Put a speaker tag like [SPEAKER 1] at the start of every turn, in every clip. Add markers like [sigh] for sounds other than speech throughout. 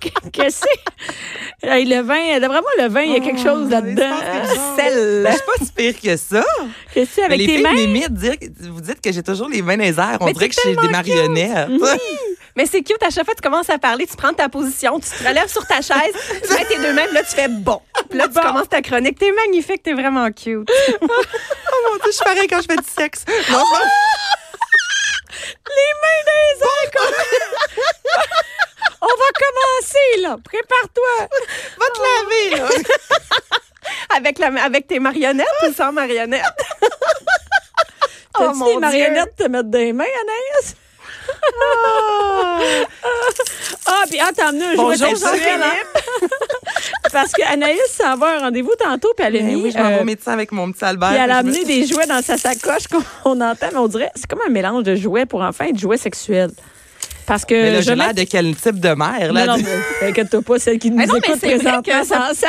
[SPEAKER 1] Qu'est-ce [laughs] que c'est? Hey, le vin, d'après moi, le vin, il y a quelque chose
[SPEAKER 2] Oh,
[SPEAKER 1] là-dedans.
[SPEAKER 3] Sel. Je suis pas si pire que ça.
[SPEAKER 1] Qu'est-ce que c'est
[SPEAKER 3] Mais
[SPEAKER 1] avec
[SPEAKER 3] les
[SPEAKER 1] tes
[SPEAKER 3] filles
[SPEAKER 1] mains?
[SPEAKER 3] m'imitent, dire, vous dites que j'ai toujours les mains dans les airs. On
[SPEAKER 2] Mais t'es
[SPEAKER 3] dirait que je suis des
[SPEAKER 2] tellement
[SPEAKER 3] marionnettes.
[SPEAKER 2] Mais c'est cute, à chaque fois, tu commences à parler, tu prends ta position, tu te relèves sur ta chaise, tu mets tes deux mains, puis là, tu fais bon. Puis là, tu commences ta chronique. T'es magnifique, t'es vraiment cute.
[SPEAKER 3] [laughs] Mon Dieu, je suis pareil quand je fais du sexe. Non, c'est pas-
[SPEAKER 1] [laughs] On va commencer, là. Prépare-toi.
[SPEAKER 3] va te laver. là.
[SPEAKER 2] Avec, la, avec tes marionnettes ou sans
[SPEAKER 1] [laughs]
[SPEAKER 2] marionnettes?
[SPEAKER 1] T'as-tu
[SPEAKER 2] mon
[SPEAKER 1] des
[SPEAKER 2] Dieu.
[SPEAKER 1] marionnettes te mettre des mains, Anaïs? ah, puis attends, ah, je
[SPEAKER 3] Bonjour, Jean-Philippe.
[SPEAKER 1] Jean-Philippe. [laughs] Parce que Anaïs s'en va à un rendez-vous tantôt, puis elle a
[SPEAKER 3] Ben
[SPEAKER 1] mis,
[SPEAKER 3] oui, je m'en vais
[SPEAKER 1] euh,
[SPEAKER 3] au médecin avec mon petit Albert.
[SPEAKER 1] puis elle a
[SPEAKER 3] puis je me-
[SPEAKER 1] amené des jouets dans sa sacoche qu'on [laughs] entend, mais on dirait c'est comme un mélange de jouets pour enfants et de jouets sexuels. Parce que
[SPEAKER 3] Mais là, j'ai
[SPEAKER 1] Jonathan-
[SPEAKER 3] l'air de quel type de mère?
[SPEAKER 1] Non,
[SPEAKER 3] Là,
[SPEAKER 1] euh, non,
[SPEAKER 3] du-
[SPEAKER 1] mais inquiète-toi pas, celle qui nous
[SPEAKER 2] Ah non, mais
[SPEAKER 1] écoute
[SPEAKER 2] c'est vrai
[SPEAKER 1] présentement
[SPEAKER 2] que ça-
[SPEAKER 1] sans ça.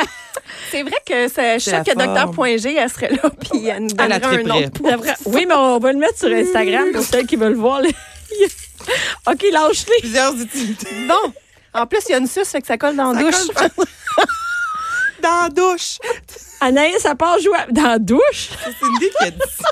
[SPEAKER 2] C'est vrai que ça, je suis sûre
[SPEAKER 3] la
[SPEAKER 2] que Docteur
[SPEAKER 3] forme.
[SPEAKER 2] Point G, elle serait là, puis elle nous
[SPEAKER 3] Elle a
[SPEAKER 2] donnerait un
[SPEAKER 3] triplé.
[SPEAKER 2] autre.
[SPEAKER 1] La vraie- Oui, mais on va le mettre sur Instagram pour celles qui veulent voir. les- [laughs] OK,
[SPEAKER 3] [laughs]
[SPEAKER 1] lâche-les.
[SPEAKER 3] Plusieurs utilités.
[SPEAKER 2] Bon, en plus, il y a une suce, fait que ça colle dans la douche.
[SPEAKER 3] [laughs] Dans la douche.
[SPEAKER 1] Anaïs, à part jouer à- dans la douche.
[SPEAKER 3] C'est Cindy qui a dit ça.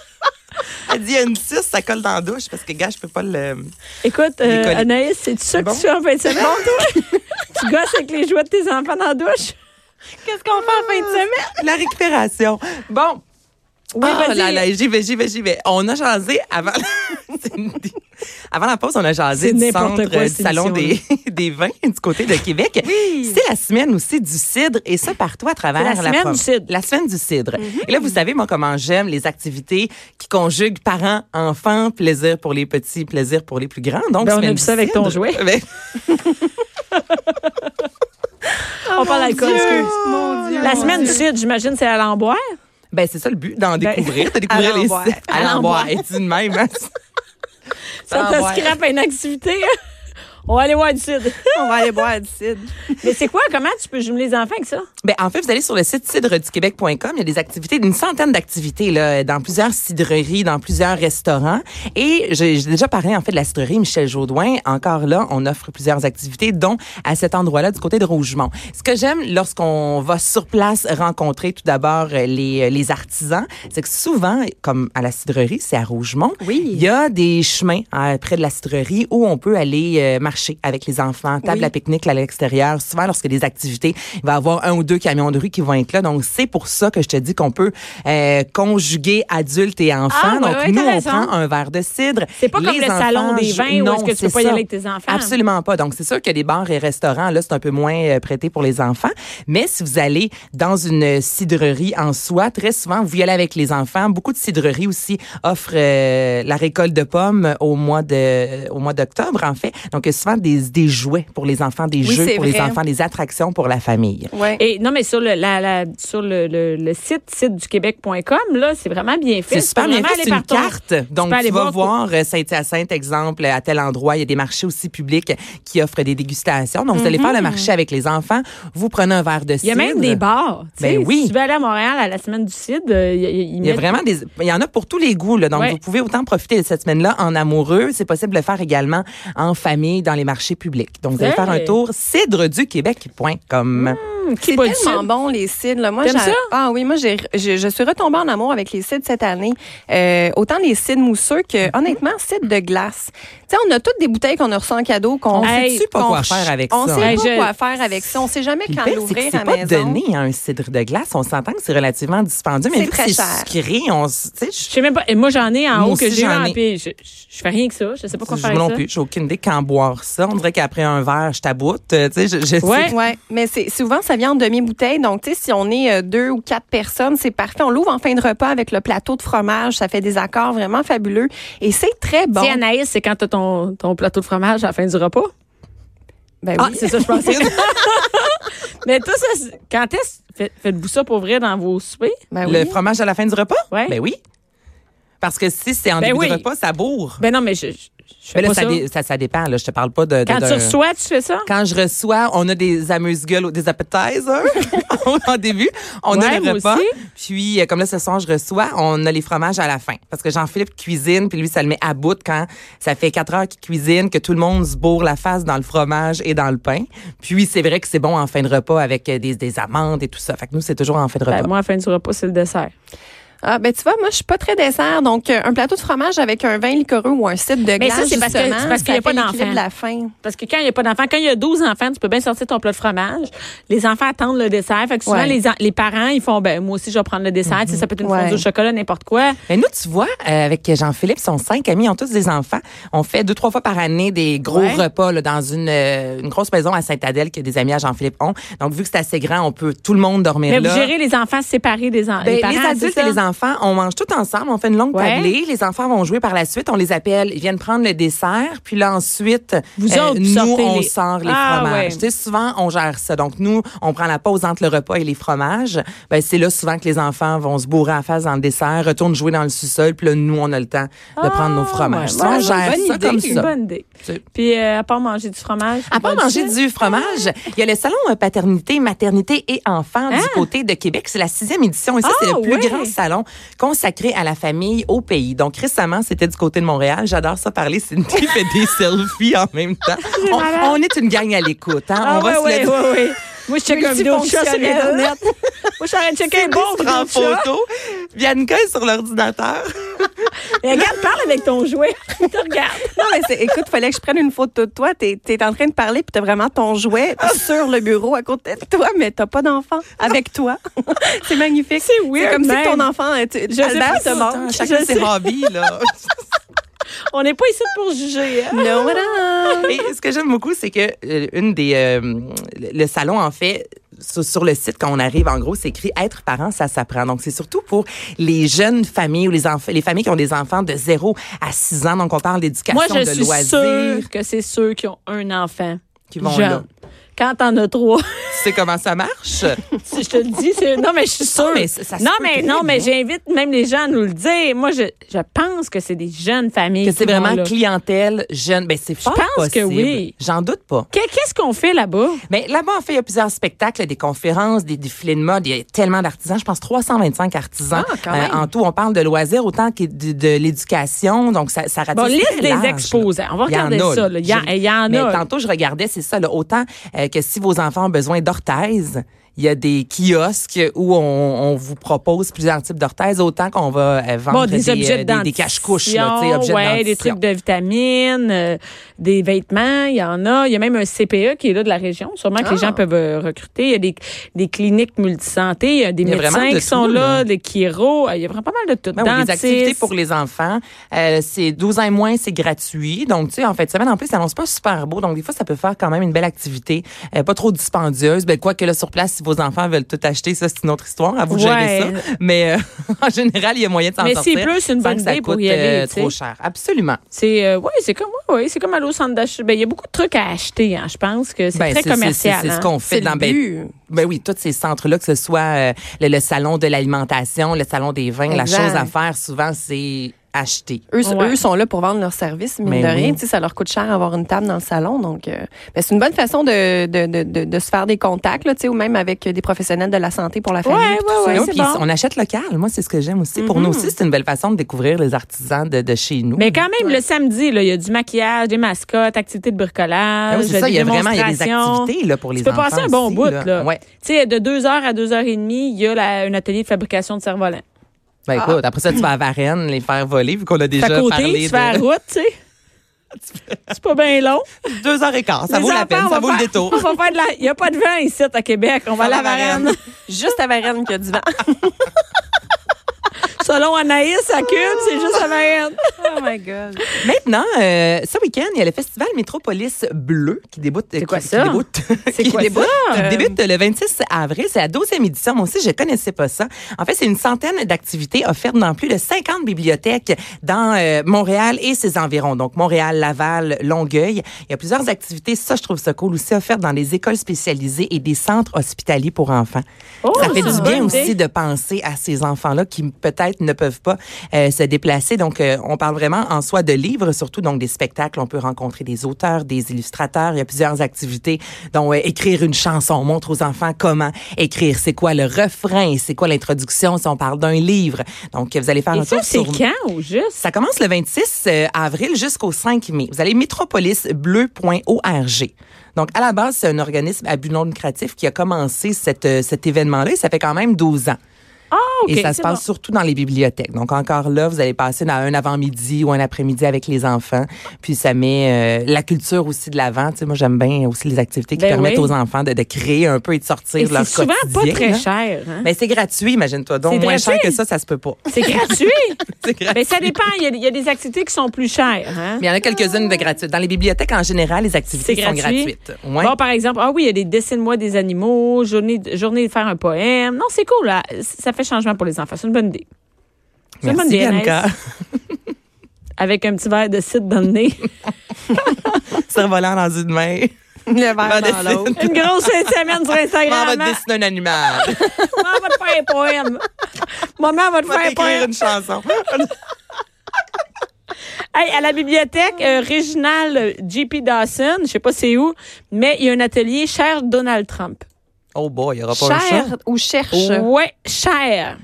[SPEAKER 3] Elle dit, il y a une suce, ça colle dans la douche parce que, gars, je peux pas le.
[SPEAKER 1] Écoute, euh,
[SPEAKER 3] Décoller.
[SPEAKER 1] Anaïs, c'est ça
[SPEAKER 3] Bon.
[SPEAKER 1] que tu fais en fin de semaine, toi? [laughs] tu gosses avec les jouets de tes enfants dans la douche? Ah.
[SPEAKER 2] Qu'est-ce qu'on fait en fin de semaine?
[SPEAKER 3] La récupération. Bon.
[SPEAKER 1] Oui,
[SPEAKER 3] oh
[SPEAKER 1] vas-y.
[SPEAKER 3] là là, j'y vais, j'y vais, j'y vais. On a jasé avant la... [laughs] Cindy. avant la pause, on a jasé
[SPEAKER 1] C'est
[SPEAKER 3] du
[SPEAKER 1] n'importe
[SPEAKER 3] centre
[SPEAKER 1] quoi,
[SPEAKER 3] euh, du
[SPEAKER 1] cette
[SPEAKER 3] salon des, [laughs]
[SPEAKER 1] émission-là.
[SPEAKER 3] des vins du côté de Québec. C'est la semaine aussi du cidre et ça partout à travers
[SPEAKER 1] C'est la semaine
[SPEAKER 3] prom-
[SPEAKER 1] du cidre. Mm-hmm.
[SPEAKER 3] La semaine du cidre. Et là, vous savez, moi, comment j'aime les activités qui conjuguent parents, enfants, plaisir pour les petits, plaisir pour les plus grands. Donc,
[SPEAKER 1] Ben, on a
[SPEAKER 3] semaine
[SPEAKER 1] vu
[SPEAKER 3] du
[SPEAKER 1] ça avec ton
[SPEAKER 3] cidre.
[SPEAKER 1] jouet. [laughs]
[SPEAKER 3] Ben,
[SPEAKER 1] On parle d'alcool, excuse.
[SPEAKER 2] Mon Dieu.
[SPEAKER 1] La semaine du cidre, j'imagine, c'est à l'emboire.
[SPEAKER 3] Ben, c'est ça le but, d'en
[SPEAKER 1] Ben,
[SPEAKER 3] découvrir, de
[SPEAKER 2] à
[SPEAKER 3] découvrir les
[SPEAKER 2] l'envoi.
[SPEAKER 3] sites.
[SPEAKER 1] [laughs] À
[SPEAKER 3] À
[SPEAKER 1] l'envoi.
[SPEAKER 3] l'envoi. Et tu de même, hein?
[SPEAKER 1] Ça te
[SPEAKER 3] L'enboire.
[SPEAKER 1] scrape à une activité. hein? Ah, On va aller voir du cidre.
[SPEAKER 2] On va aller boire du cidre.
[SPEAKER 1] [laughs] Mais c'est quoi? Comment tu peux jumeler les enfants avec ça?
[SPEAKER 3] Ben, en fait, vous allez sur le site cidreduquebec.com. Il y a des activités, une centaine d'activités, là, dans plusieurs cidreries, dans plusieurs restaurants. Et j'ai j'ai déjà parlé, en fait, de la cidrerie Michel Jaudoin. Encore là, on offre plusieurs activités, dont à cet endroit-là, du côté de Rougemont. Ce que j'aime lorsqu'on va sur place rencontrer tout d'abord euh, les, euh, les artisans, c'est que souvent, comme à la cidrerie, c'est à Rougemont,
[SPEAKER 2] Oui.
[SPEAKER 3] il y a des chemins euh, près de la cidrerie où on peut aller euh, marcher avec les enfants, table
[SPEAKER 2] Oui.
[SPEAKER 3] à pique-nique là, à l'extérieur. Souvent, lorsqu'il y a des activités, il va y avoir un ou deux camions de rue qui vont être là. Donc, c'est pour ça que je te dis qu'on peut euh, conjuguer adultes et enfants.
[SPEAKER 1] Ah, ouais,
[SPEAKER 3] Donc,
[SPEAKER 1] ouais,
[SPEAKER 3] nous,
[SPEAKER 1] t'as
[SPEAKER 3] on
[SPEAKER 1] raison.
[SPEAKER 3] prend un verre de cidre.
[SPEAKER 1] C'est pas comme
[SPEAKER 3] Les
[SPEAKER 1] le
[SPEAKER 3] enfants
[SPEAKER 1] salon des
[SPEAKER 3] jouent-
[SPEAKER 1] vins où
[SPEAKER 3] Non,
[SPEAKER 1] est-ce que tu
[SPEAKER 3] c'est
[SPEAKER 1] peux pas y
[SPEAKER 3] ça.
[SPEAKER 1] aller avec tes enfants.
[SPEAKER 3] Absolument pas. Donc, c'est sûr que les bars et restaurants, là, c'est un peu moins euh, prêté pour les enfants. Mais si vous allez dans une cidrerie en soi, très souvent, vous y allez avec les enfants. Beaucoup de cidreries aussi offrent euh, la récolte de pommes au mois de au mois d'octobre, en fait. Donc, il y a souvent des, des jouets pour les enfants, des
[SPEAKER 2] Oui,
[SPEAKER 3] jeux
[SPEAKER 2] c'est
[SPEAKER 3] pour les
[SPEAKER 2] vrai.
[SPEAKER 3] enfants, des attractions pour la famille.
[SPEAKER 2] Ouais.
[SPEAKER 1] Et non, mais sur le, la, la- sur le, le, le site, site du Québec.com, là, c'est vraiment bien fait.
[SPEAKER 3] C'est
[SPEAKER 1] Tu
[SPEAKER 3] super
[SPEAKER 1] peux
[SPEAKER 3] bien
[SPEAKER 1] vraiment
[SPEAKER 3] fait,
[SPEAKER 1] aller
[SPEAKER 3] c'est une
[SPEAKER 1] partout.
[SPEAKER 3] carte. Donc,
[SPEAKER 1] peux
[SPEAKER 3] tu,
[SPEAKER 1] aller
[SPEAKER 3] vas
[SPEAKER 1] voir-
[SPEAKER 3] voir euh, Saint-Hyacinthe, exemple, à tel endroit. Il y a des marchés aussi publics qui offrent des dégustations. Donc, vous allez faire le marché avec les enfants. Vous prenez un verre de cidre.
[SPEAKER 1] Mm-hmm. Il y a même des bars. tu
[SPEAKER 3] Ben
[SPEAKER 1] sais,
[SPEAKER 3] oui.
[SPEAKER 1] Si tu veux aller à Montréal à la semaine du CID, euh, il y a- il
[SPEAKER 3] Il y a
[SPEAKER 1] met-
[SPEAKER 3] vraiment des, il y en a pour tous les goûts, là. Donc,
[SPEAKER 1] Ouais.
[SPEAKER 3] vous pouvez autant profiter de cette semaine-là en amoureux. C'est possible de le faire également en famille, dans les marchés publics. Donc, vous allez
[SPEAKER 1] Hey.
[SPEAKER 3] faire un tour
[SPEAKER 1] Mmh,
[SPEAKER 3] cidreduquebec.com.
[SPEAKER 2] C'est
[SPEAKER 1] pas le
[SPEAKER 2] tellement
[SPEAKER 1] cidre.
[SPEAKER 2] bon les cidres. là. Moi,
[SPEAKER 1] T'aimes
[SPEAKER 2] j'ai-
[SPEAKER 1] ça?
[SPEAKER 2] Ah oui, moi j'ai, je, je suis retombée en amour avec les cidres cette année. Euh, autant les cidres mousseux
[SPEAKER 1] Mm-hmm.
[SPEAKER 2] que honnêtement cidres de glace. Tu sais, on a toutes des bouteilles qu'on a reçues en cadeau qu'on
[SPEAKER 3] On
[SPEAKER 1] Hey,
[SPEAKER 3] sait-tu pas
[SPEAKER 2] qu'on-
[SPEAKER 3] quoi faire avec
[SPEAKER 2] on
[SPEAKER 3] ça?
[SPEAKER 2] sait
[SPEAKER 1] Hey,
[SPEAKER 2] pas
[SPEAKER 1] je-
[SPEAKER 2] quoi faire avec ça. On sait jamais
[SPEAKER 3] Le
[SPEAKER 2] quand
[SPEAKER 3] pire, c'est que
[SPEAKER 2] l'ouvrir
[SPEAKER 3] c'est
[SPEAKER 2] à
[SPEAKER 3] pas
[SPEAKER 2] maison.
[SPEAKER 3] donné à un cidre de glace. On s'entend que c'est relativement dispendieux, mais
[SPEAKER 2] C'est
[SPEAKER 3] vu que
[SPEAKER 2] très
[SPEAKER 3] c'est
[SPEAKER 2] cher.
[SPEAKER 3] sucré, on, s- tu sais, je-
[SPEAKER 1] Je sais même pas. Et moi, j'en ai en
[SPEAKER 3] Moi
[SPEAKER 1] haut que
[SPEAKER 3] aussi,
[SPEAKER 1] j'ai
[SPEAKER 3] j'en
[SPEAKER 1] un.
[SPEAKER 3] ai.
[SPEAKER 1] Puis je, je- je fais rien que ça. Je sais pas quoi
[SPEAKER 3] je
[SPEAKER 1] faire
[SPEAKER 3] non
[SPEAKER 1] avec ça.
[SPEAKER 3] plus, j'ai aucune idée quand boire ça. On dirait qu'après un verre, je taboute. Euh, Tu sais, je, je
[SPEAKER 1] Ouais.
[SPEAKER 3] sais-
[SPEAKER 2] Ouais, mais c'est souvent ça vient en demi-bouteille. Donc tu sais si on est euh, deux ou quatre personnes, c'est parfait. On l'ouvre en fin de repas avec le plateau de fromage, ça fait des accords vraiment fabuleux et c'est très bon.
[SPEAKER 1] Tu sais, Anaïs, c'est quand t'as ton, ton plateau de fromage à la fin du repas. Ben
[SPEAKER 3] Ah.
[SPEAKER 1] oui, c'est ça, je
[SPEAKER 3] [laughs]
[SPEAKER 1] pensais. Mais tout ça, c'est- quand est-ce. fait- Faites-vous ça pour vrai dans vos soupers?
[SPEAKER 2] Ben
[SPEAKER 3] Le
[SPEAKER 2] oui.
[SPEAKER 3] fromage à la fin du repas?
[SPEAKER 1] Ah Ouais.
[SPEAKER 3] Ben oui. Parce que si c'est en
[SPEAKER 1] Ben
[SPEAKER 3] début
[SPEAKER 1] oui.
[SPEAKER 3] de repas, ça bourre.
[SPEAKER 1] Ben non, mais je. je, je fais
[SPEAKER 3] Mais là,
[SPEAKER 1] pas
[SPEAKER 3] ça,
[SPEAKER 1] ça.
[SPEAKER 3] dé- ça, ça dépend. Là. Je te parle pas de. de-
[SPEAKER 1] Quand tu
[SPEAKER 3] d'un-
[SPEAKER 1] reçois, tu fais ça?
[SPEAKER 3] Quand je reçois, on a des amuse-gueules, ou des appetizers [laughs] en début. On
[SPEAKER 1] Ouais,
[SPEAKER 3] a le
[SPEAKER 1] moi
[SPEAKER 3] repas.
[SPEAKER 1] aussi.
[SPEAKER 3] Puis, euh, comme là, ce soir, je reçois, on a les fromages à la fin. Parce que Jean-Philippe cuisine, puis lui, ça le met à bout quand ça fait quatre heures qu'il cuisine, que tout le monde se bourre la face dans le fromage et dans le pain. Puis, c'est vrai que c'est bon en fin de repas avec euh, des, des amandes et tout ça. Fait que nous, c'est toujours en fin de repas.
[SPEAKER 1] Ben, moi, à la fin du repas, c'est le dessert.
[SPEAKER 2] Ah, ben tu vois, moi, je suis pas très dessert. Donc, euh, un plateau de fromage avec un vin liquoreux ou un site de glace,
[SPEAKER 1] ça, c'est parce que-
[SPEAKER 2] justement,
[SPEAKER 1] c'est parce qu'il y
[SPEAKER 2] ça
[SPEAKER 1] a pas
[SPEAKER 2] fait l'équilibre
[SPEAKER 1] d'enfant.
[SPEAKER 2] de la fin.
[SPEAKER 1] Parce que quand il n'y a pas d'enfants, quand il y a 12 enfants, tu peux bien sortir ton plat de fromage. Les enfants attendent le dessert. Fait que souvent,
[SPEAKER 2] Ouais.
[SPEAKER 1] les, en- les parents, ils font, ben, moi aussi, je vais prendre le dessert.
[SPEAKER 3] Mhm.
[SPEAKER 1] Tu sais, ça peut être une
[SPEAKER 2] Ouais.
[SPEAKER 1] fondue au chocolat, n'importe quoi.
[SPEAKER 3] Mais nous, tu vois, euh, avec Jean-Philippe, son cinq amis, ils ont tous des enfants. On fait deux, trois fois par année des gros
[SPEAKER 1] Ouais.
[SPEAKER 3] repas là, dans une, euh, une grosse maison à Sainte-Adèle que des amis à Jean-Philippe ont. Donc, vu que c'est assez grand, on peut tout le monde dormir
[SPEAKER 1] Mais
[SPEAKER 3] là.
[SPEAKER 1] vous gérez les enfants séparés des en-
[SPEAKER 3] Ben,
[SPEAKER 1] les parents.
[SPEAKER 3] les adultes
[SPEAKER 1] c'est
[SPEAKER 3] et
[SPEAKER 1] ça?
[SPEAKER 3] les enfants, on mange tout ensemble, on fait une longue
[SPEAKER 1] Ouais.
[SPEAKER 3] tablée, les enfants vont jouer par la suite, on les appelle, ils viennent prendre le dessert, puis là ensuite, euh,
[SPEAKER 1] Vous autres, vous
[SPEAKER 3] nous,
[SPEAKER 1] sortez
[SPEAKER 3] on
[SPEAKER 1] les-
[SPEAKER 3] sort les
[SPEAKER 1] Ah, ouais.
[SPEAKER 3] fromages. Tu sais, souvent, on gère ça. Donc, nous, on prend la pause entre le repas et les fromages. Ben, c'est là souvent que les enfants vont se bourrer à la face dans le dessert, retournent jouer dans le sous-sol, puis là, nous, on a le temps de prendre nos fromages.
[SPEAKER 1] ouais,
[SPEAKER 3] Souvent,
[SPEAKER 1] Ah, ouais,
[SPEAKER 3] on gère
[SPEAKER 1] bonne
[SPEAKER 3] ça
[SPEAKER 1] idée,
[SPEAKER 3] comme
[SPEAKER 1] c'est une
[SPEAKER 3] ça.
[SPEAKER 1] bonne idée.
[SPEAKER 3] C'est-
[SPEAKER 1] Puis, euh, à part manger du fromage.
[SPEAKER 3] À part
[SPEAKER 1] bonne
[SPEAKER 3] manger
[SPEAKER 1] idée.
[SPEAKER 3] du fromage, il y a le salon euh, paternité, maternité et enfants du côté de Québec. C'est la sixième édition et ça, c'est
[SPEAKER 1] Ah,
[SPEAKER 3] le plus
[SPEAKER 1] ouais.
[SPEAKER 3] grand salon consacré à la famille au pays. Donc récemment, c'était du côté de Montréal. J'adore ça parler.
[SPEAKER 1] [laughs]
[SPEAKER 3] Cindy fait des selfies en même temps. On,
[SPEAKER 1] malade.
[SPEAKER 3] on est une gang à l'écoute. Hein?
[SPEAKER 1] Ah,
[SPEAKER 3] on
[SPEAKER 1] ouais,
[SPEAKER 3] va se
[SPEAKER 1] ouais,
[SPEAKER 3] le dire.
[SPEAKER 1] ouais, ouais. Moi, je check un vidéo de chat sur
[SPEAKER 2] Multifonctionnel.
[SPEAKER 1] Internet. Moi, je suis en train de checker un
[SPEAKER 3] [laughs]
[SPEAKER 1] bon
[SPEAKER 3] On prend
[SPEAKER 1] vidéo de chat.
[SPEAKER 3] photo. Bianca est sur l'ordinateur.
[SPEAKER 1] Mais Regarde, parle avec ton
[SPEAKER 3] [laughs]
[SPEAKER 1] jouet. Tu regardes.
[SPEAKER 2] [laughs] Non, mais c'est- écoute, fallait que je prenne une photo de toi. T'es es en train de parler, puis t'as vraiment ton [laughs] jouet sur le bureau à côté de toi, mais t'as pas d'enfant avec [laughs] toi. c'est magnifique.
[SPEAKER 1] C'est weird,
[SPEAKER 2] comme
[SPEAKER 1] même.
[SPEAKER 2] si ton enfant, euh, tu,
[SPEAKER 1] sais
[SPEAKER 2] Albert
[SPEAKER 1] pas
[SPEAKER 2] te
[SPEAKER 1] si-
[SPEAKER 2] manque.
[SPEAKER 3] Attends,
[SPEAKER 1] je
[SPEAKER 3] Chacun ses
[SPEAKER 1] sais.
[SPEAKER 3] hobbies, là.
[SPEAKER 1] [laughs] On n'est pas ici pour juger. hein.
[SPEAKER 2] No, madame.
[SPEAKER 3] Et ce que j'aime beaucoup, c'est que euh, une des euh, le salon en fait sur, sur le site quand on arrive, en gros, c'est écrit être parent, ça s'apprend. Donc c'est surtout pour les jeunes familles ou les enfants, les familles qui ont des enfants de 0 à 6 ans. Donc on parle d'éducation,
[SPEAKER 1] Moi, je
[SPEAKER 3] de
[SPEAKER 1] suis
[SPEAKER 3] loisirs,
[SPEAKER 1] sûre que c'est ceux qui ont un enfant.
[SPEAKER 3] qui vont
[SPEAKER 1] jeune.
[SPEAKER 3] là.
[SPEAKER 1] Quand t'en as trois, [laughs]
[SPEAKER 3] Tu sais comment ça marche
[SPEAKER 1] si je te le dis, c'est... Non, mais je suis sûre.
[SPEAKER 3] Non, Ah, mais ça- ça se
[SPEAKER 1] non,
[SPEAKER 3] peut
[SPEAKER 1] mais,
[SPEAKER 3] très
[SPEAKER 1] non, mais
[SPEAKER 3] bien.
[SPEAKER 1] j'invite même les gens à nous le dire. Moi, je, je pense que c'est des jeunes familles.
[SPEAKER 3] Que c'est
[SPEAKER 1] qui vont
[SPEAKER 3] vraiment
[SPEAKER 1] là.
[SPEAKER 3] clientèle jeune. Ben c'est fort
[SPEAKER 1] pense que
[SPEAKER 3] possible.
[SPEAKER 1] oui.
[SPEAKER 3] J'en doute pas.
[SPEAKER 1] Qu'est- Qu'est-ce qu'on fait là-bas?
[SPEAKER 3] Mais là-bas, en fait, il y a plusieurs spectacles, des conférences, des défilés de mode. Il y a tellement d'artisans. Je pense 325 artisans Euh,
[SPEAKER 2] Ah, quand même.
[SPEAKER 3] en tout. On parle de loisirs autant que de, de l'éducation. Donc, ça, ça ratisse
[SPEAKER 1] Bon, liste
[SPEAKER 3] très
[SPEAKER 1] des
[SPEAKER 3] large,
[SPEAKER 1] exposants. On va
[SPEAKER 3] Il y en
[SPEAKER 1] regarder
[SPEAKER 3] a,
[SPEAKER 1] ça.
[SPEAKER 3] là.
[SPEAKER 1] là. Il y, en-
[SPEAKER 3] Je-
[SPEAKER 1] il y en
[SPEAKER 3] Mais
[SPEAKER 1] a.
[SPEAKER 3] tantôt, je regardais, c'est ça. Là, autant euh, que si vos enfants ont besoin d'orthèses, il y a des kiosques où on, on vous propose plusieurs types d'orthèses, autant qu'on va euh, vendre
[SPEAKER 1] Bon, des,
[SPEAKER 3] euh, des,
[SPEAKER 1] objets de
[SPEAKER 3] des cache-couches, là, tu sais, objets de
[SPEAKER 1] ouais, des
[SPEAKER 3] dentition.
[SPEAKER 1] trucs de vitamines, euh, des vêtements, il y en a. Il y a même un CPE qui est là de la région, sûrement que les
[SPEAKER 3] Ah.
[SPEAKER 1] gens peuvent euh, recruter. Il y a des, des cliniques multisanté, il y a des
[SPEAKER 3] Il y a
[SPEAKER 1] médecins
[SPEAKER 3] vraiment
[SPEAKER 1] qui
[SPEAKER 3] de
[SPEAKER 1] sont
[SPEAKER 3] tout,
[SPEAKER 1] là,
[SPEAKER 3] là.
[SPEAKER 1] des chiros, il y a vraiment pas mal de tout.
[SPEAKER 3] Ben oui, les
[SPEAKER 1] Dentistes.
[SPEAKER 3] activités pour les enfants, euh, c'est 12 ans et moins, c'est gratuit. Donc, tu sais, en fait, semaine en plus, ça annonce pas super beau. Donc, des fois, ça peut faire quand même une belle activité, euh, pas trop dispendieuse. Ben, quoi que là, sur place, si vos enfants veulent tout acheter, ça, c'est une autre histoire. À vous de gérer
[SPEAKER 1] Ouais.
[SPEAKER 3] ça. Mais euh, [laughs] en général, il y a moyen de s'en
[SPEAKER 1] Mais c'est
[SPEAKER 3] sortir.
[SPEAKER 1] plus une
[SPEAKER 3] sans
[SPEAKER 1] bonne
[SPEAKER 3] que ça
[SPEAKER 1] idée pour
[SPEAKER 3] coûte,
[SPEAKER 1] y aller,
[SPEAKER 3] euh,
[SPEAKER 1] tu sais.
[SPEAKER 3] trop cher. Absolument.
[SPEAKER 1] C'est euh, ouais, c'est comme ouais, ouais, c'est comme aller au centre d'achat. Ben, il y a beaucoup de trucs à acheter, hein, je pense que c'est
[SPEAKER 3] Ben,
[SPEAKER 1] très commercial.
[SPEAKER 3] C'est c'est
[SPEAKER 1] hein.
[SPEAKER 3] ce qu'on fait
[SPEAKER 2] C'est
[SPEAKER 3] dans
[SPEAKER 2] le
[SPEAKER 3] ben,
[SPEAKER 2] but.
[SPEAKER 3] ben oui, tous ces centres-là, que ce soit euh, le, le salon de l'alimentation, le salon des vins, la
[SPEAKER 2] Exact.
[SPEAKER 3] chose à faire souvent, c'est acheter.
[SPEAKER 2] Eux,
[SPEAKER 1] Ouais.
[SPEAKER 2] eux sont là pour vendre leurs services, mine
[SPEAKER 3] Mais
[SPEAKER 2] de
[SPEAKER 3] oui.
[SPEAKER 2] rien. Tu sais, Ça leur coûte cher avoir une table dans le salon. Donc, euh, ben, c'est une bonne façon de, de, de, de, de se faire des contacts, là, tu sais, ou même avec des professionnels de la santé pour la famille.
[SPEAKER 1] Ouais,
[SPEAKER 2] tout
[SPEAKER 1] ouais,
[SPEAKER 2] ça.
[SPEAKER 1] ouais.
[SPEAKER 3] Non,
[SPEAKER 1] c'est
[SPEAKER 3] puis
[SPEAKER 1] bon. Mm-hmm.
[SPEAKER 3] On achète local. Moi, c'est ce que j'aime aussi. Pour nous aussi, c'est une belle façon de découvrir les artisans de, de chez nous.
[SPEAKER 1] Mais quand même, le samedi, là, il y a du maquillage, des mascottes, activités de bricolage.
[SPEAKER 3] Ah oui, c'est ça,
[SPEAKER 1] des
[SPEAKER 3] il y a vraiment il y a des
[SPEAKER 1] démonstrations.
[SPEAKER 3] activités là, pour les
[SPEAKER 1] Tu peux
[SPEAKER 3] enfants.
[SPEAKER 1] passer un bon
[SPEAKER 3] aussi,
[SPEAKER 1] bout, là.
[SPEAKER 3] Ouais.
[SPEAKER 1] Tu sais, de 2h à 2h30, il y a la- un atelier de fabrication de cerf-volant.
[SPEAKER 3] Ben, écoute, après ça, tu vas à Varennes les faire voler, vu qu'on a
[SPEAKER 1] Fait
[SPEAKER 3] déjà
[SPEAKER 1] à ah. côté,
[SPEAKER 3] parlé
[SPEAKER 1] tu fais la
[SPEAKER 3] de
[SPEAKER 1] route, tu sais. C'est pas bien long.
[SPEAKER 3] [laughs] deux heures et quart. Ça
[SPEAKER 1] Les
[SPEAKER 3] vaut la
[SPEAKER 1] enfants,
[SPEAKER 3] peine,
[SPEAKER 1] on
[SPEAKER 3] ça
[SPEAKER 1] va
[SPEAKER 3] vaut
[SPEAKER 1] faire-
[SPEAKER 3] le détour.
[SPEAKER 1] On va faire de la... Il n'y a pas de vent ici à Québec. [laughs] On va
[SPEAKER 3] va
[SPEAKER 1] aller
[SPEAKER 3] la
[SPEAKER 1] à Varennes.
[SPEAKER 3] Varenne.
[SPEAKER 2] Juste à Varennes qu'il y a du vent.
[SPEAKER 1] Selon Anaïs, à Cube, c'est juste avant elle.
[SPEAKER 2] [laughs] Oh my God.
[SPEAKER 3] Maintenant, euh, ce week-end, il y a le festival Métropolis Bleu qui débute. C'est
[SPEAKER 1] quoi
[SPEAKER 3] qui,
[SPEAKER 1] ça?
[SPEAKER 3] Qui débute,
[SPEAKER 1] [laughs] C'est
[SPEAKER 3] [laughs] qui
[SPEAKER 1] quoi
[SPEAKER 3] débute,
[SPEAKER 1] ça?
[SPEAKER 3] qui débute le 26 avril. C'est la 12e édition. Moi aussi, je connaissais pas ça. En fait, c'est une centaine d'activités offertes dans plus de 50 bibliothèques dans euh, Montréal et ses environs. Donc, Montréal, Laval, Longueuil. Il y a plusieurs activités. Ça, je trouve ça cool aussi, offertes dans les écoles spécialisées et des centres hospitaliers pour enfants.
[SPEAKER 1] Oh,
[SPEAKER 3] ça fait
[SPEAKER 1] c'est
[SPEAKER 3] du
[SPEAKER 1] une
[SPEAKER 3] bien
[SPEAKER 1] bonne idée.
[SPEAKER 3] aussi de penser à ces enfants-là qui peut-être ne peuvent pas euh, se déplacer. Donc, euh, on parle vraiment en soi de livres, surtout donc des spectacles. On peut rencontrer des auteurs, des illustrateurs. Il y a plusieurs activités, dont euh, écrire une chanson. On montre aux enfants comment écrire. C'est quoi le refrain? C'est quoi l'introduction si on parle d'un livre? Donc, vous allez faire
[SPEAKER 1] Et
[SPEAKER 3] un
[SPEAKER 1] ça,
[SPEAKER 3] tour
[SPEAKER 1] c'est
[SPEAKER 3] sur...
[SPEAKER 1] quand au juste?
[SPEAKER 3] Ça commence le 26 euh, avril jusqu'au 5 mai. Vous allez métropolisbleu.org. Donc, à la base, c'est un organisme à but non lucratif qui a commencé cette, euh, cet événement-là et ça fait quand même 12 ans.
[SPEAKER 1] Ah, OK,
[SPEAKER 3] et ça se
[SPEAKER 1] c'est
[SPEAKER 3] passe surtout dans les bibliothèques. Donc, encore là, vous allez passer dans un avant-midi ou un après-midi avec les enfants. Puis, ça met euh, la culture aussi de l'avant. Tu sais, moi, j'aime bien aussi les activités qui
[SPEAKER 1] Ben
[SPEAKER 3] permettent
[SPEAKER 1] oui.
[SPEAKER 3] aux enfants de, de créer un peu et de sortir
[SPEAKER 1] bon. Et
[SPEAKER 3] de leur
[SPEAKER 1] c'est souvent pas
[SPEAKER 3] quotidien,
[SPEAKER 1] très
[SPEAKER 3] là.
[SPEAKER 1] cher. hein?
[SPEAKER 3] Mais c'est gratuit, imagine-toi. Donc,
[SPEAKER 1] C'est
[SPEAKER 3] moins cher
[SPEAKER 1] gratuit?
[SPEAKER 3] que ça, ça se peut pas. [laughs]
[SPEAKER 1] C'est gratuit.
[SPEAKER 3] C'est gratuit.
[SPEAKER 1] Mais ça dépend. Il y, a, il y a des activités qui sont plus chères. Hein?
[SPEAKER 3] Mais il y en a quelques-unes de gratuites. Dans les bibliothèques, en général, les
[SPEAKER 1] C'est
[SPEAKER 3] activités sont
[SPEAKER 1] gratuit.
[SPEAKER 3] gratuites. Ouais.
[SPEAKER 1] Bon, par exemple, ah oui, il y a des dessine-moi des animaux, journée, de- journée de faire un poème. Non, c'est cool. là. Ça fait changement pour les enfants. C'est une bonne idée. C'est une bonne
[SPEAKER 3] Merci,
[SPEAKER 1] idée, Anaïs.
[SPEAKER 3] Bianca. [laughs]
[SPEAKER 1] Avec un petit verre de cidre dans le nez.
[SPEAKER 3] Cerf-volant dans une main.
[SPEAKER 2] Le verre
[SPEAKER 3] Va
[SPEAKER 2] dans
[SPEAKER 3] dessiner.
[SPEAKER 2] l'autre.
[SPEAKER 1] Une grosse fin de semaine sur
[SPEAKER 3] Maman
[SPEAKER 1] Instagram. hein.
[SPEAKER 3] va te dessiner un animal.
[SPEAKER 1] [laughs] Maman va te faire un poème. Maman va te
[SPEAKER 3] Va
[SPEAKER 1] faire un
[SPEAKER 3] t'écrire
[SPEAKER 1] poème.
[SPEAKER 3] une chanson. [laughs]
[SPEAKER 1] Hey, à la bibliothèque euh, régionale JP Dawson, je sais pas c'est où, mais il y a un atelier cher Donald Trump.
[SPEAKER 3] Oh boy, il n'y aura pas un
[SPEAKER 2] Cher
[SPEAKER 3] chant.
[SPEAKER 2] ou cherche.
[SPEAKER 1] Ouais, cher.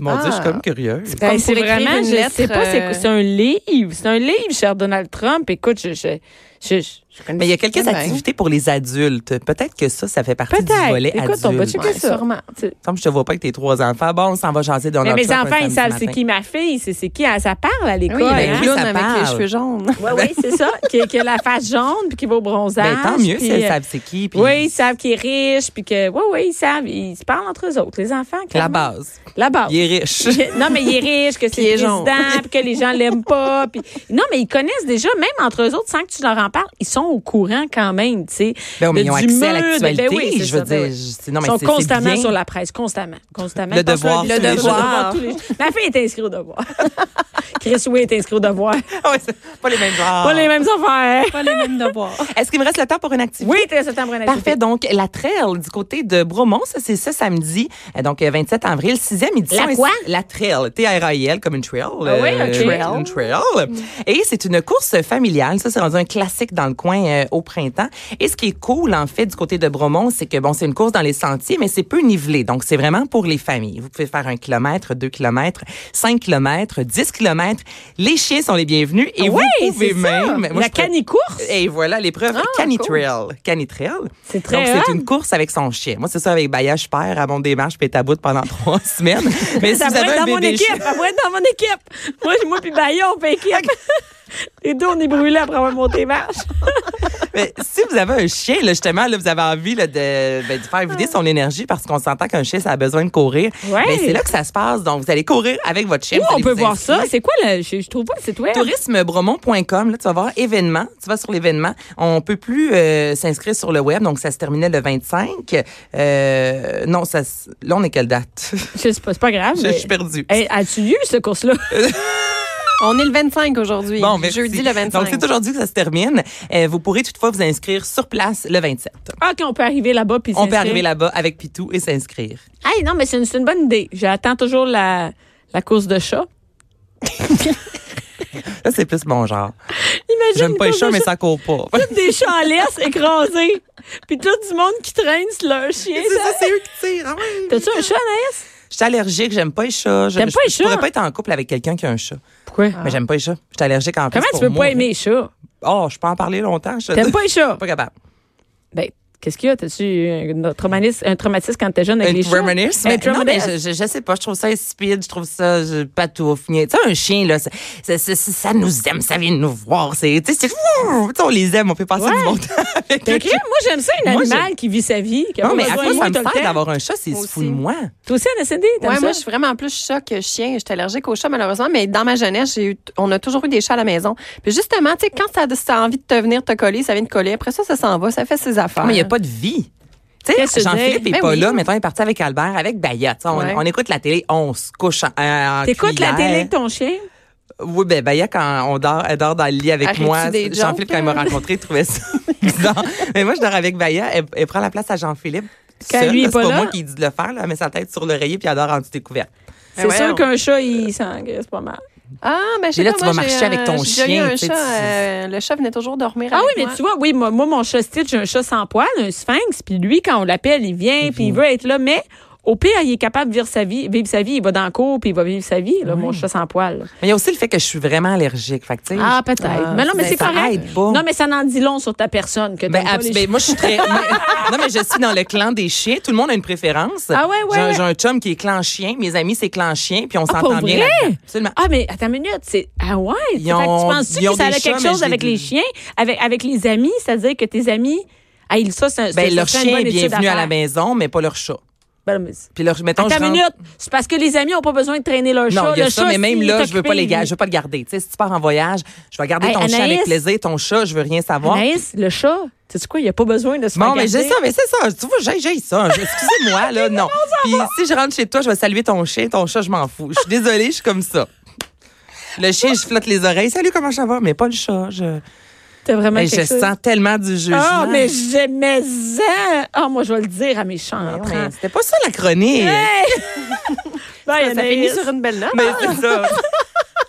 [SPEAKER 3] Mon Dieu, je suis
[SPEAKER 2] Ah.
[SPEAKER 3] comme curieuse.
[SPEAKER 2] Comme
[SPEAKER 1] Ben, c'est
[SPEAKER 2] pour écrire
[SPEAKER 1] vraiment,
[SPEAKER 2] une
[SPEAKER 1] je
[SPEAKER 2] lettre,
[SPEAKER 1] sais pas, c'est
[SPEAKER 2] euh,
[SPEAKER 1] c'est un livre, c'est un livre, cher Donald Trump. Écoute, je, je, je, je- je connais.
[SPEAKER 3] Mais il y a quelques
[SPEAKER 2] Eh ben.
[SPEAKER 3] activités pour les adultes. Peut-être que ça, ça fait partie du
[SPEAKER 1] Peut-être.
[SPEAKER 3] volet
[SPEAKER 1] Écoute,
[SPEAKER 3] adulte.
[SPEAKER 1] on va checker
[SPEAKER 2] Ouais,
[SPEAKER 1] ça. Tu-
[SPEAKER 3] Comme je te vois pas avec tes trois enfants, bon, on s'en va jaser dans
[SPEAKER 1] Mais
[SPEAKER 3] notre
[SPEAKER 1] mes
[SPEAKER 3] shop un
[SPEAKER 1] enfants, ils
[SPEAKER 3] samedi
[SPEAKER 1] savent c'est
[SPEAKER 3] matin.
[SPEAKER 1] qui ma fille, c'est c'est qui. Ah, Ça parle à l'école.
[SPEAKER 2] Oui,
[SPEAKER 3] ben
[SPEAKER 2] la
[SPEAKER 1] hein?
[SPEAKER 3] oui,
[SPEAKER 2] clown
[SPEAKER 3] ça
[SPEAKER 2] avec les
[SPEAKER 3] parle.
[SPEAKER 2] cheveux jaunes.
[SPEAKER 1] Oui, oui, c'est ça. Qui, qui a la face jaune, puis qui va au bronzage.
[SPEAKER 3] Ben, tant mieux
[SPEAKER 1] puis,
[SPEAKER 3] si elles
[SPEAKER 1] euh,
[SPEAKER 3] savent c'est qui. puis
[SPEAKER 1] Oui, ils savent qu'il est riche, puis que. Oui, oui, ils savent. Ils se parlent entre eux autres, les enfants.
[SPEAKER 3] La
[SPEAKER 1] clairement.
[SPEAKER 3] base.
[SPEAKER 1] La base.
[SPEAKER 3] Il est
[SPEAKER 1] [laughs]
[SPEAKER 3] [laughs] riche.
[SPEAKER 1] Non, mais il est riche, que c'est
[SPEAKER 2] il
[SPEAKER 1] le
[SPEAKER 2] est jaune.
[SPEAKER 1] président, puis que les gens l'aiment pas. Puis... Non, mais ils connaissent déjà, même entre eux autres, sans que tu leur en parles, ils sont au courant quand même, tu sais.
[SPEAKER 3] Ben, mais
[SPEAKER 1] de-
[SPEAKER 3] ils ont
[SPEAKER 1] du
[SPEAKER 3] accès à
[SPEAKER 1] mur, de-
[SPEAKER 3] l'actualité.
[SPEAKER 1] ben oui, c'est
[SPEAKER 3] je veux
[SPEAKER 1] ça,
[SPEAKER 3] dire,
[SPEAKER 1] ben oui.
[SPEAKER 3] je- non, mais
[SPEAKER 1] Ils sont
[SPEAKER 3] c'est- c'est
[SPEAKER 1] constamment
[SPEAKER 3] bien.
[SPEAKER 1] sur la presse, constamment, constamment.
[SPEAKER 3] Le
[SPEAKER 1] Ils passent
[SPEAKER 3] devoir,
[SPEAKER 1] leur
[SPEAKER 3] le
[SPEAKER 1] vie sur les
[SPEAKER 3] devoir.
[SPEAKER 1] journaux tous les jours. Ma fille est inscrite au devoir. [laughs] Chris Way est inscrit au devoir.
[SPEAKER 3] [laughs] Ouais, c'est pas les mêmes genres.
[SPEAKER 1] Pas les mêmes affaires.
[SPEAKER 2] Pas les mêmes devoirs.
[SPEAKER 3] Est-ce qu'il me reste le temps pour une activité?
[SPEAKER 1] Oui, t'es septembre en
[SPEAKER 3] Parfait. Donc, la trail du côté de Bromont, ça, c'est ce samedi. Euh, Donc, euh, 27 avril, 6e édition.
[SPEAKER 1] La
[SPEAKER 3] Et
[SPEAKER 1] quoi?
[SPEAKER 3] c'est- La trail. T-R-A-I-L, comme une trail. Euh,
[SPEAKER 1] oui, un trail. Mm.
[SPEAKER 3] Une trail. Et c'est une course familiale. Ça, c'est rendu un classique dans le coin euh, au printemps. Et ce qui est cool, en fait, du côté de Bromont, c'est que, bon, c'est une course dans les sentiers, mais c'est peu nivelé. Donc, c'est vraiment pour les familles. Vous pouvez faire un kilomètre, deux kilomètres, cinq kilomètres, dix kilomètres. Les chiens sont les bienvenus. Et
[SPEAKER 1] Oui,
[SPEAKER 3] vous
[SPEAKER 1] Ah c'est
[SPEAKER 3] pouvez
[SPEAKER 1] ça.
[SPEAKER 3] même... Moi,
[SPEAKER 1] La
[SPEAKER 3] je pré-
[SPEAKER 1] canicourse.
[SPEAKER 3] et voilà l'épreuve Canitrail. Canitrail.
[SPEAKER 1] Ah, C'est très
[SPEAKER 3] Donc,
[SPEAKER 1] hot.
[SPEAKER 3] c'est une course avec son chien. Moi, c'est ça avec Bayage Père, à mon démarche, pétaboute pendant [laughs] trois semaines. Mais si
[SPEAKER 1] [laughs] Ça
[SPEAKER 3] vous
[SPEAKER 1] pourrait
[SPEAKER 3] avez
[SPEAKER 1] être
[SPEAKER 3] un
[SPEAKER 1] dans mon
[SPEAKER 3] bébé
[SPEAKER 1] équipe.
[SPEAKER 3] chien,
[SPEAKER 1] Ça pourrait être dans mon équipe. Moi, moi puis Bayon, on fait équipe. [laughs] Les deux, on est brûlés après avoir monté marche.
[SPEAKER 3] mais si vous avez un chien, là, justement, là, vous avez envie là, de, ben, de faire vider son énergie parce qu'on s'entend qu'un chien, ça a besoin de courir.
[SPEAKER 1] Ah. Ouais.
[SPEAKER 3] Mais c'est là que ça se passe. Donc, vous allez courir avec votre chien.
[SPEAKER 1] Où
[SPEAKER 3] vous
[SPEAKER 1] on
[SPEAKER 3] allez
[SPEAKER 1] peut
[SPEAKER 3] vous
[SPEAKER 1] voir
[SPEAKER 3] inscrire.
[SPEAKER 1] ça? C'est quoi le. Je, je trouve pas le site web.
[SPEAKER 3] tourismebromont.com là tu vas voir événements tu vas sur l'événement on peut plus euh, s'inscrire sur le web donc ça se terminait le 25 euh, non ça se- là on est quelle date
[SPEAKER 1] Je sais pas, c'est pas grave.
[SPEAKER 3] je,
[SPEAKER 1] mais-
[SPEAKER 3] je suis perdue
[SPEAKER 1] Hey, As-tu eu ce course-là? [laughs]
[SPEAKER 2] On est le 25 aujourd'hui.
[SPEAKER 3] Bon, merci.
[SPEAKER 2] Jeudi le 25.
[SPEAKER 3] Donc, c'est aujourd'hui que ça se termine. Euh, vous pourrez toutefois vous inscrire sur place le 27.
[SPEAKER 1] Ah, OK, on peut arriver là-bas. puis
[SPEAKER 3] On peut
[SPEAKER 1] s'inscrire.
[SPEAKER 3] arriver là-bas avec Pitou et s'inscrire.
[SPEAKER 1] Hey, non, mais c'est une, c'est une bonne idée. J'attends toujours la, la course de chat.
[SPEAKER 3] Là, c'est plus mon genre.
[SPEAKER 1] Ah, Imagine.
[SPEAKER 3] J'aime
[SPEAKER 1] une
[SPEAKER 3] pas les
[SPEAKER 1] course
[SPEAKER 3] chats,
[SPEAKER 1] de
[SPEAKER 3] mais ça court
[SPEAKER 1] [laughs]
[SPEAKER 3] pas.
[SPEAKER 1] Toutes des chats en laisse écrasés. Puis tout du monde qui traîne sur leur chien.
[SPEAKER 3] C'est
[SPEAKER 1] ça.
[SPEAKER 3] ça, c'est eux qui tirent. Ah oui.
[SPEAKER 1] T'as-tu un chat, Anaïs?
[SPEAKER 3] Je suis allergique, j'aime pas les chats. Je,
[SPEAKER 1] T'aimes
[SPEAKER 3] je-
[SPEAKER 1] pas les
[SPEAKER 3] Je pourrais
[SPEAKER 1] chats?
[SPEAKER 3] pas être en couple avec quelqu'un qui a un chat.
[SPEAKER 1] Pourquoi?
[SPEAKER 3] Ah. Mais j'aime pas les chats. Je suis allergique en plus.
[SPEAKER 1] Comment tu
[SPEAKER 3] pour
[SPEAKER 1] peux
[SPEAKER 3] moi.
[SPEAKER 1] pas aimer les chats?
[SPEAKER 3] Oh, je peux en parler longtemps. Je
[SPEAKER 1] T'aimes pas les chats?
[SPEAKER 3] pas capable.
[SPEAKER 1] Ben, Qu'est-ce qu'il y a? T'as-tu eu un traumatisme, un traumatisme quand t'es jeune avec
[SPEAKER 3] Un
[SPEAKER 1] les chats?
[SPEAKER 3] traumatisme.
[SPEAKER 1] Un
[SPEAKER 3] Mais- Non, mais
[SPEAKER 1] traumatisme.
[SPEAKER 3] je, je, je sais pas, je trouve ça insipide, je trouve ça je, patouf. Tu sais, un chien, là, ça, ça, ça- ça- ça nous aime, ça vient nous voir. C'est, tu sais, c'est- Ouh! Tu sais, on les aime, on peut passer du bon temps [laughs] avec
[SPEAKER 1] Fait
[SPEAKER 3] eux.
[SPEAKER 1] que, moi, j'aime ça, un
[SPEAKER 3] Moi,
[SPEAKER 1] animal qui vit sa vie, qui a
[SPEAKER 3] Non,
[SPEAKER 1] pas
[SPEAKER 3] mais à
[SPEAKER 1] besoin de
[SPEAKER 3] quoi
[SPEAKER 1] moi
[SPEAKER 3] ça
[SPEAKER 1] tout
[SPEAKER 3] me
[SPEAKER 1] le temps.
[SPEAKER 3] sert d'avoir un chat s'il
[SPEAKER 2] Moi
[SPEAKER 3] se fout de
[SPEAKER 2] aussi.
[SPEAKER 3] moi?
[SPEAKER 1] Toi aussi, Anacindi, t'aimes
[SPEAKER 2] Ouais,
[SPEAKER 1] ça?
[SPEAKER 2] moi, je suis vraiment plus chat que chien. J'étais allergique aux chats, malheureusement, mais dans ma jeunesse, j'ai eu, on a toujours eu des chats à la maison. Puis justement, tu sais, quand ça, ça a envie de te venir te coller, ça vient te coller. Après ça, ça s'en va, ça fait ses affaires.
[SPEAKER 3] Non, mais il n'y a pas de vie. Tu
[SPEAKER 1] Qu'est-ce que
[SPEAKER 3] sais,
[SPEAKER 1] tu
[SPEAKER 3] Jean-Philippe
[SPEAKER 1] dis?
[SPEAKER 3] n'est
[SPEAKER 2] Ben
[SPEAKER 3] pas
[SPEAKER 2] oui.
[SPEAKER 3] là. Maintenant, il est parti avec Albert, avec Bayat. Tu sais, On,
[SPEAKER 2] Ouais.
[SPEAKER 3] on écoute la télé, on se couche en, euh, en
[SPEAKER 1] T'écoutes la
[SPEAKER 3] cuillère.
[SPEAKER 1] télé avec ton chien?
[SPEAKER 3] Oui, ben Baya, quand on dort, elle dort dans le lit avec
[SPEAKER 2] Arrête-tu
[SPEAKER 3] moi.
[SPEAKER 2] des
[SPEAKER 3] Jean-Philippe,
[SPEAKER 2] jokes,
[SPEAKER 3] quand il m'a
[SPEAKER 2] hein?
[SPEAKER 3] rencontré, il trouvait ça. [laughs] bizarre. mais moi, je dors avec Baya, elle, elle prend la place à Jean-Philippe.
[SPEAKER 1] Quand
[SPEAKER 3] seul,
[SPEAKER 1] lui est
[SPEAKER 3] là,
[SPEAKER 1] pas
[SPEAKER 3] C'est
[SPEAKER 1] là?
[SPEAKER 3] pas moi qui dis de le faire, là. Elle met sa tête sur l'oreiller puis elle dort en dessous découverte.
[SPEAKER 1] C'est
[SPEAKER 2] ouais,
[SPEAKER 1] sûr
[SPEAKER 2] on-
[SPEAKER 1] qu'un chat, il s'engraisse pas mal.
[SPEAKER 2] Ah, mais je sais
[SPEAKER 3] Mais là,
[SPEAKER 2] pas,
[SPEAKER 3] tu
[SPEAKER 2] moi,
[SPEAKER 3] vas
[SPEAKER 2] j'ai,
[SPEAKER 3] marcher avec
[SPEAKER 2] euh,
[SPEAKER 3] ton
[SPEAKER 2] j'ai déjà
[SPEAKER 3] chien,
[SPEAKER 2] eu un
[SPEAKER 3] tu sais,
[SPEAKER 2] chat,
[SPEAKER 3] tu-
[SPEAKER 2] euh, le chat venait toujours dormir
[SPEAKER 1] Ah
[SPEAKER 2] avec
[SPEAKER 1] oui, mais
[SPEAKER 2] Ben, moi.
[SPEAKER 1] tu vois, oui, moi, moi, mon chat Stitch, j'ai un chat sans poil, un sphinx, puis lui, quand on l'appelle, il vient, puis il
[SPEAKER 3] Mhm.
[SPEAKER 1] veut être là, mais au pire, il est capable de vivre sa vie, vivre sa vie, il va dans le cours, puis il va vivre sa vie, là, mon chat sans poil.
[SPEAKER 3] Mais il y a aussi le fait que je suis vraiment allergique. Fait que, tu sais,
[SPEAKER 1] Ah, peut-être. mais non, mais
[SPEAKER 3] ben,
[SPEAKER 1] c'est
[SPEAKER 3] ça
[SPEAKER 1] correct.
[SPEAKER 3] aide pas.
[SPEAKER 1] Non, mais ça n'en dit long sur ta personne que
[SPEAKER 3] Ben,
[SPEAKER 1] t'aimes pas
[SPEAKER 3] abs-
[SPEAKER 1] les
[SPEAKER 3] ben, moi, je suis très. mais- non, mais je suis dans le clan des chiens. Tout le monde a une préférence.
[SPEAKER 1] Ah ouais, ouais,
[SPEAKER 3] J'ai un-
[SPEAKER 1] ouais.
[SPEAKER 3] J'ai un chum qui est clan chien. Mes amis, c'est clan chien. Puis on
[SPEAKER 1] Ah,
[SPEAKER 3] s'entend
[SPEAKER 1] pour
[SPEAKER 3] bien.
[SPEAKER 1] vrai?
[SPEAKER 3] là-dedans. Absolument.
[SPEAKER 1] Ah, mais attends une minute, c'est. Ah ouais? Fait que
[SPEAKER 3] Ils ont-
[SPEAKER 1] tu penses-tu
[SPEAKER 3] ils ont
[SPEAKER 1] que ça a
[SPEAKER 3] des
[SPEAKER 1] quelque
[SPEAKER 3] chats, mais
[SPEAKER 1] chose
[SPEAKER 3] je
[SPEAKER 1] avec
[SPEAKER 3] les-
[SPEAKER 1] les chiens, avec, avec les amis? C'est-à-dire que tes amis. Ah, ils- ça, c'est
[SPEAKER 3] Ben,
[SPEAKER 1] c'est-
[SPEAKER 3] leur
[SPEAKER 1] c'est une
[SPEAKER 3] chien
[SPEAKER 1] bonne
[SPEAKER 3] est
[SPEAKER 1] étude
[SPEAKER 3] bienvenu à la
[SPEAKER 1] faire.
[SPEAKER 3] maison, mais pas leur chat.
[SPEAKER 1] Ben, mais c'est-
[SPEAKER 3] Puis leur, mettons,
[SPEAKER 1] Attends
[SPEAKER 3] je
[SPEAKER 1] une
[SPEAKER 3] rentre-
[SPEAKER 1] minute, c'est parce que les amis n'ont pas besoin de traîner leur chat.
[SPEAKER 3] Non, il y a
[SPEAKER 1] Le
[SPEAKER 3] ça,
[SPEAKER 1] chat,
[SPEAKER 3] mais même
[SPEAKER 1] s'il
[SPEAKER 3] là,
[SPEAKER 1] est
[SPEAKER 3] je veux pas
[SPEAKER 1] occupé,
[SPEAKER 3] les gars,
[SPEAKER 1] il-
[SPEAKER 3] je veux pas le garder. Tu sais, si tu pars en voyage, je vais garder
[SPEAKER 1] Hey,
[SPEAKER 3] ton chien
[SPEAKER 1] Anaïs.
[SPEAKER 3] avec plaisir, ton chat, je veux rien savoir.
[SPEAKER 1] Anaïs, le chat, tu sais quoi, il a pas besoin de se
[SPEAKER 3] Bon,
[SPEAKER 1] faire
[SPEAKER 3] mais j'ai
[SPEAKER 1] garder.
[SPEAKER 3] ça, mais c'est ça. Tu vois, j'ai, j'ai ça. Je- Excusez-moi,
[SPEAKER 1] [laughs]
[SPEAKER 3] là, non. Puis si je rentre chez toi, je vais saluer ton chien, ton chat, je m'en fous. Je suis désolée, je suis comme ça. Le chien, je flotte les oreilles. Salut, comment ça va? Mais pas le chat. Je,
[SPEAKER 1] T'as vraiment
[SPEAKER 3] Hey,
[SPEAKER 1] quelque
[SPEAKER 3] je
[SPEAKER 1] chose.
[SPEAKER 3] sens tellement du jugement.
[SPEAKER 1] Ah, mais j'aimais ça. Ah, moi, je vais le dire à mes chants.
[SPEAKER 3] Non, [laughs] mais C'était pas ça la chronique.
[SPEAKER 1] Hey! [laughs] Ben, Bye,
[SPEAKER 2] Ça
[SPEAKER 1] Anaïs.
[SPEAKER 2] finit sur une belle note.
[SPEAKER 1] [laughs]
[SPEAKER 3] Mais c'est ça.